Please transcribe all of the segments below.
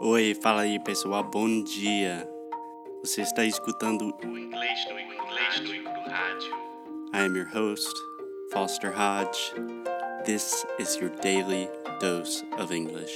Oi, fala aí pessoal, bom dia. Você está escutando O inglês do inglês do rádio. I am your host, Foster Hodge. This is your daily dose of English.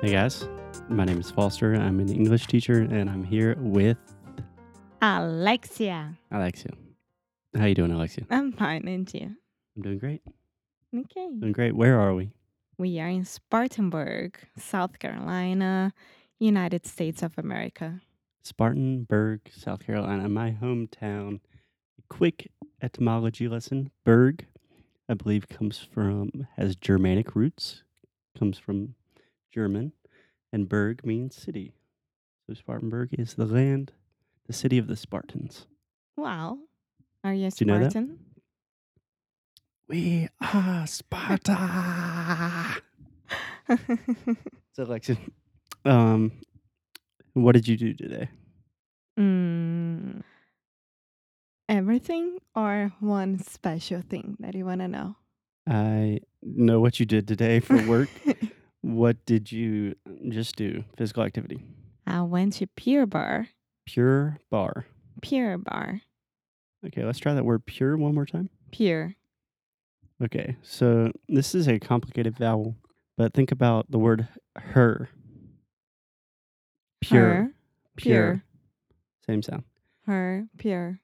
Hey guys, my name is Foster. I'm an English teacher and I'm here with Alexia. Alexia. How you doing, Alexia? I'm fine, and you? I'm doing great. Okay. Doing great. Where are we? We are in Spartanburg, South Carolina, United States of America. Spartanburg, South Carolina, my hometown. Quick etymology lesson. Berg, I believe, comes from, has Germanic roots, comes from German, and Berg means city. So Spartanburg is the land, the city of the Spartans. Wow. Are you a Do you know that? Spartan? We are Sparta! so, Lexi, um, what did you do today? mm, everything or one special thing that you want to know? I know what you did today for work. What did you just do? Physical activity. I went to Pure Bar. Pure bar. Pure Bar. Okay, let's try that word pure one more time. Pure. Okay, so this is a complicated vowel, but think about the word her. Pure. Her. pure. Same sound. Her. Pure.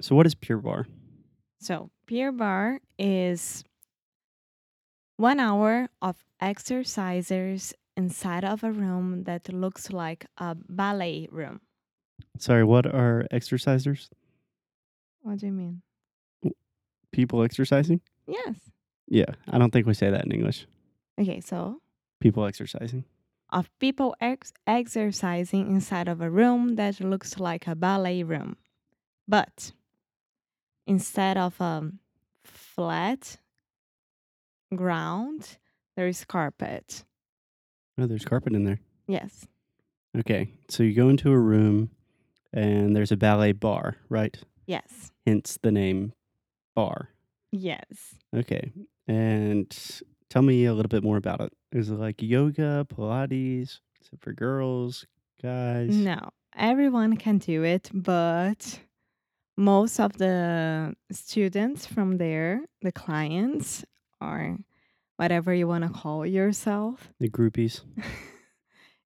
So what is pure bar? So, Pier Bar is one hour of exercises inside of a room that looks like a ballet room. Sorry, what are exercisers? What do you mean? People exercising? Yes. Yeah, I don't think we say that in English. Okay, so People exercising. of people ex- exercising inside of a room that looks like a ballet room. But instead of a flat ground, there is carpet. Oh, there's carpet in there. Yes. Okay, so you go into a room and there's a ballet bar, right? Yes. hence the name bar. Yes. Okay. And tell me a little bit more about it. Is it like yoga, Pilates? Is it for girls, guys? No, everyone can do it, but most of the students from there, the clients, or whatever you want to call yourself, The groupies,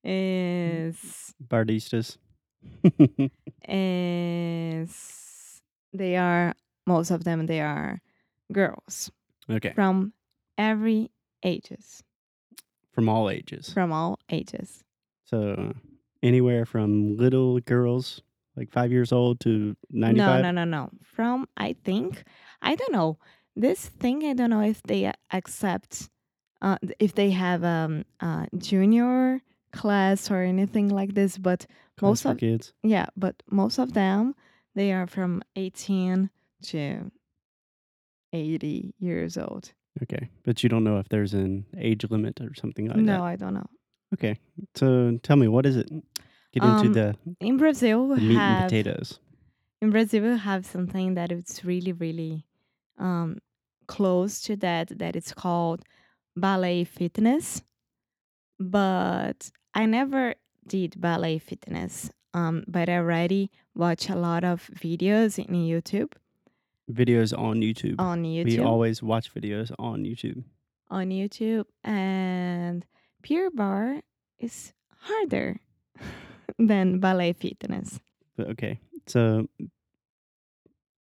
is bardistas. is they are most of them they are girls okay. from every ages, From all ages. from all ages. So anywhere from little girls, like five years old, to 95. No, no, no, no. From I think I don't know this thing. I don't know if they a- accept uh, th- if they have um uh, junior class or anything like this. But Class most for of- kids. yeah, but most of them they are from eighteen to eighty years old. Okay. But you don't know if there's an age limit or something like no, that. I don't know. Okay. So tell me, what is it? Get into Um, the, In Brazil, the we meat and have potatoes. in Brazil we have something that it's really really um, close to that that it's called ballet fitness but I never did ballet fitness um, but I already watch a lot of videos in YouTube videos on YouTube. on YouTube We always watch videos on YouTube. on YouTube and pure bar is harder than ballet fitness But okay, so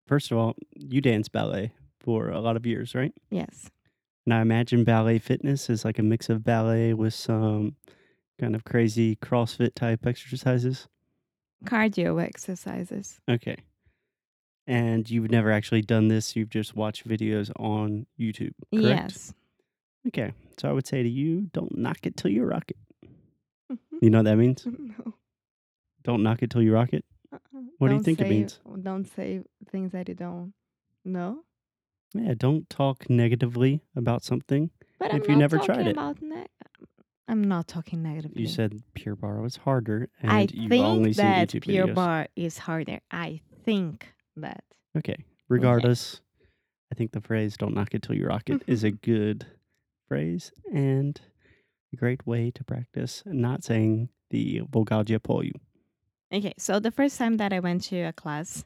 first of all, you danced ballet for a lot of years, right? yes And I imagine ballet fitness is like a mix of ballet with some kind of crazy CrossFit type exercises. cardio exercises Okay. And you've never actually done this, you've just watched videos on YouTube, correct? yes Okay. So I would say to you, don't knock it till you rock it. You know what that means? no. Don't knock it till you rock it. Uh-uh. What do you Don't think it say- means? Don't say things that you don't know. Yeah, don't talk negatively about something But If I'm you not never talking tried it. about ne- I'm not talking negatively. You said Pure Bar was harder, and I you've think only seen that YouTube pure videos. bar is harder. I think that. Okay. Regardless, I think the phrase "Don't knock it till you rock it" Mm-hmm. is a good phrase and a great way to practice not saying the Volgagia Polyu. Okay, so the first time that I went to a class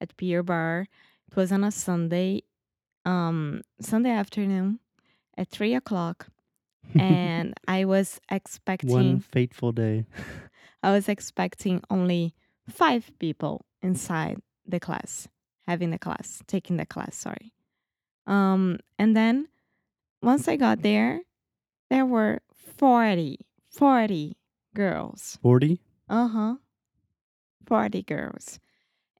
at Pier Bar, it was on a Sunday, um, Sunday afternoon at three o'clock, and I was One expecting, fateful day. I was expecting only five people inside the class, having the class, taking the class. Sorry, um, and then once I got there, there were 40, 40 girls. Forty. Uh huh. Party girls.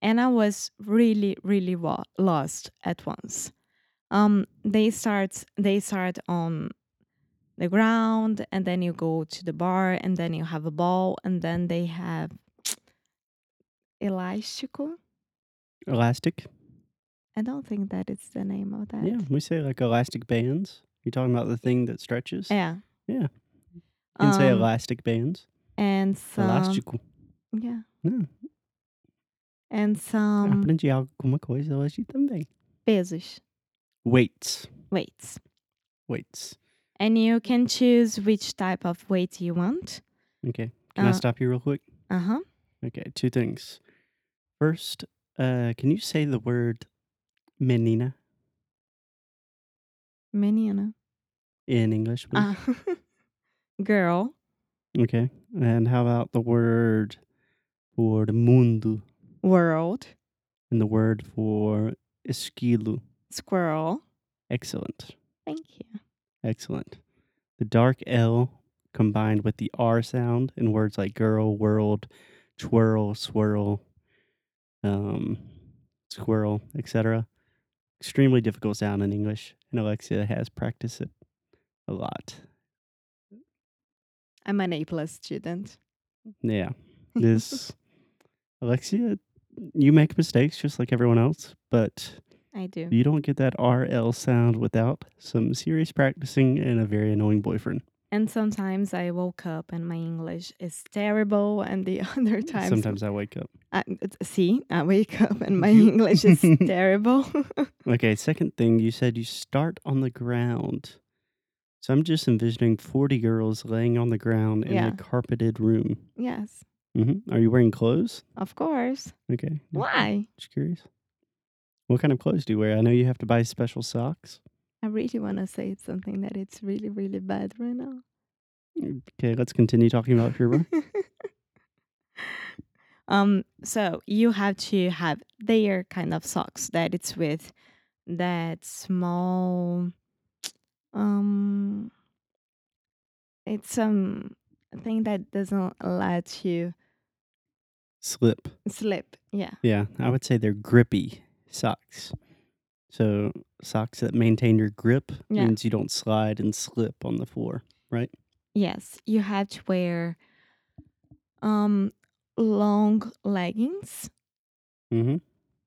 And I was really, really wa- lost at once. Um, they start they start on the ground, and then you go to the bar, and then you have a ball, and then they have elástico. Elastic. I don't think that is the name of that. Yeah, we say like elastic bands. You're talking about the thing that stretches. You Yeah. Yeah. can say Eh, Um, elastic bands. and some Elástico. yeah, Não, and some aprendi alguma coisa hoje também. pesos Weights. weights. Weights. and you can choose which type of weight you want. Okay. Can I Uh, stop you real quick? Uh huh. Okay, two things. First, uh, can you say the word menina Menina. in English, please? Ah. Girl. Okay. And how about the word for the mundo World. and the word for esquilo? Squirrel. Excellent. Thank you. Excellent. The dark L combined with the R sound in words like girl, world, twirl, swirl, um, squirrel, etc. Extremely difficult sound in English, and Alexia has practiced it a lot. I'm an A plus student. Yeah. This Alexia, you make mistakes just like everyone else, but I do. you don't get that RL sound without some serious practicing and a very annoying boyfriend. And sometimes I woke up and my English is terrible, and the other times, Sometimes I wake up. I, it's- see, I wake up and my You- English is terrible. Okay, second thing, you said you start on the ground. So I'm just envisioning 40 girls laying on the ground in Yeah. a carpeted room. yes, hmm Are you wearing clothes? of course. Okay. no, Why? Just curious. What kind of clothes do you wear? I know you have to buy special socks. I really want to say something that it's really, really bad right now. Okay, let's continue talking about Pure um so you have to have their kind of socks that it's with that small um it's um thing that doesn't let you Slip. slip yeah Yeah, I would say they're grippy socks. So socks that maintain your grip Yeah. means you don't slide and slip on the floor. yes you have to wear um long leggings Mm-hmm.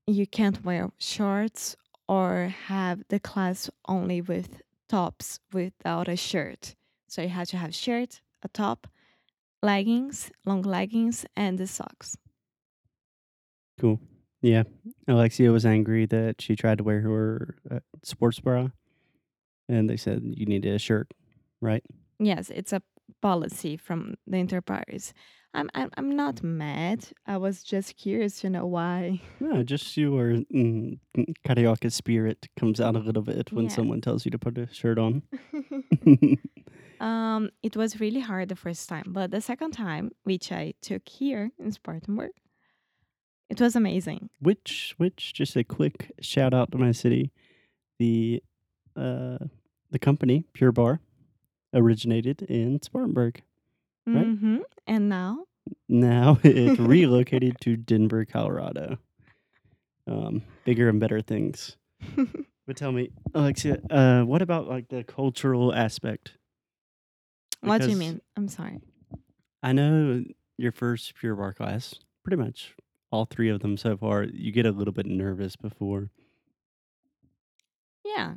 you can't wear shorts or have the class only with tops without a shirt. So you have to have shirt, a top, leggings, long leggings, and the socks. Cool. Yeah. Alexia was angry that she tried to wear her uh, sports bra, and they said you need a shirt, right? Yes, it's a policy from the enterprise. I'm I'm, I'm not mad. I was just curious to know why. No, just your mm, mm, karaoke spirit comes out a little bit when Yeah. someone tells you to put a shirt on. um, it was really hard the first time, but the second time, which I took here in Spartanburg, it was amazing. which, which, just a quick shout out to my city. The, uh, the company Pure Bar originated in Spartanburg. Right? Mm-hmm. And now Now it relocated to Denver, Colorado. Um, bigger and better things. But tell me, Alexia, uh, what about like the cultural aspect? What do you Because mean? I'm sorry. I know your first pure bar class, pretty much all three of them so far. You get a little bit nervous before. Yeah.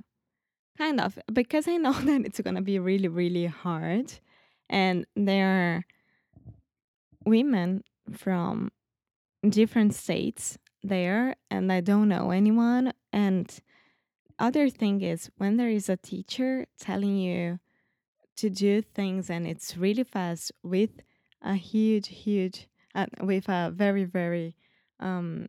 Kind of, because I know that it's gonna be really, really hard. And there are women from different states there, and I don't know anyone. And other thing is when there is a teacher telling you to do things and it's really fast with a huge, huge, uh, with a very, very um,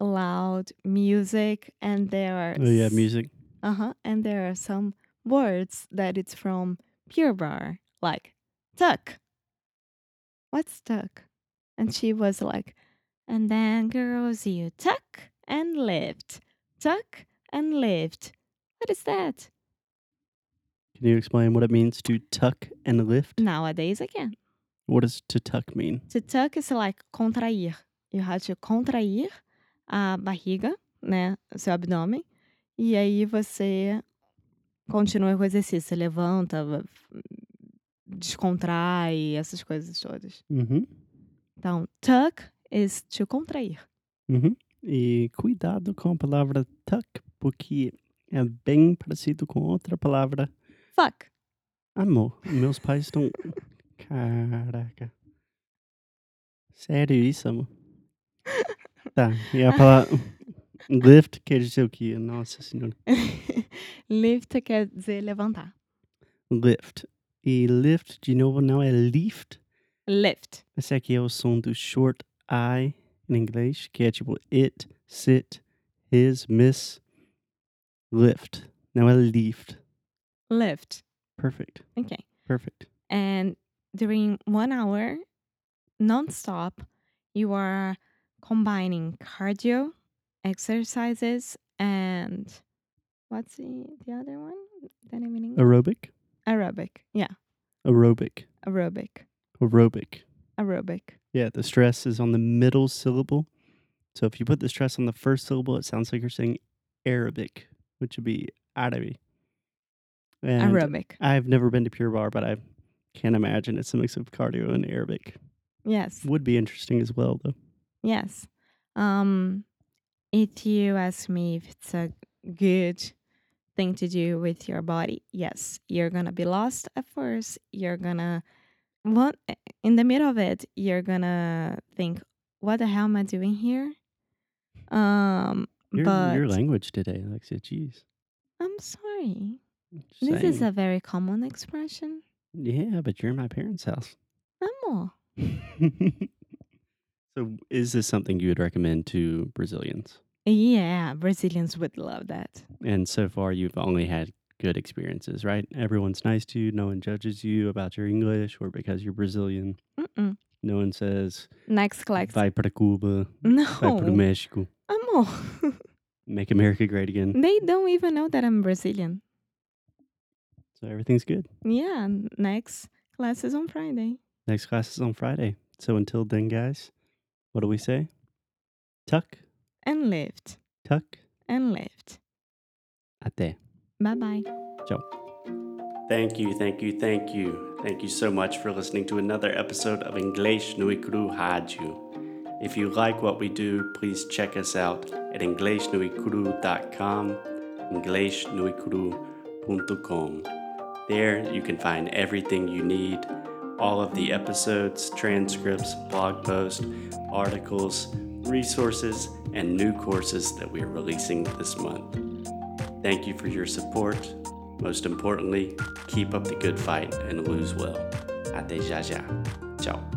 loud music, and there are Oh, yeah, s- music. uh huh. And there are some words that it's from Pure Bar, like tuck. What's tuck? And she was like, and then girls, you tuck and lift, tuck and lift. What is that? Can you explain what it means to tuck and lift? Nowadays, again, What does to tuck mean? to tuck is like contrair. You have to contrair a barriga, né? o Seu abdômen. E aí você continua com o exercício. Você levanta, va- descontrai, essas coisas todas. Uhum. Então, tuck is to contrair. Uhum. E cuidado com a palavra tuck, porque é bem parecido com outra palavra Fuck. amor. Meus pais estão. Caraca. Sério isso, amor? Tá, e a palavra. Lift quer dizer o quê? Nossa senhora. Lift quer dizer levantar. Lift. E lift, de novo, não é lift. Lift. Esse aqui é o som do short I em inglês, que é tipo it, sit, his, miss, lift. Não é lift. Lift. Perfect. Okay. Perfect. and during one hour non-stop you are combining cardio exercises and what's the, the other one that i'm meaning Aerobic. aerobic yeah Aerobic. aerobic Aerobic. aerobic Yeah, the stress is on the middle syllable. So if you put the stress on the first syllable, it sounds like you're saying Arabic, which would be Arabi. And aerobic I've never been to Pure Bar, but I can't imagine it's a mix of cardio and Arabic. yes Would be interesting as well, though. Yes. Um, if you ask me if it's a good thing to do with your body, yes, you're gonna be lost at first. You're gonna what in the middle of it, you're gonna think, "What the hell am I doing here?" Um, Your, but your language today, Alexia. Jeez. I'm sorry. Just This is saying. a very common expression. yeah, but you're in my parents' house. Amor. so, is this something you would recommend to Brazilians? Yeah, Brazilians would love that. And so far, you've only had good experiences, right? Everyone's nice to you. No one judges you about your English or because you're Brazilian. Mm-mm. No one says Next class. "Vai para Cuba," "Vai para No. Mexico," Amor. "Make America Great Again." They don't even know that I'm Brazilian. So everything's good. Yeah, n- next class is on Friday. Next class is on Friday. So until then, guys, what do we say? Tuck, And lift, tuck, and lift. até. Bye bye. Thank you, thank you, thank you. Thank you so much for listening to another episode of English Nui Kuru Haju. If you like what we do, please check us out at EnglishNuiKuru.com, EnglishNuiKuru.com. There you can find everything you need all of the episodes, transcripts, blog posts, articles, resources, and new courses that we are releasing this month. Thank you for your support. Most importantly, keep up the good fight and lose well. Ate Jaja. Ciao.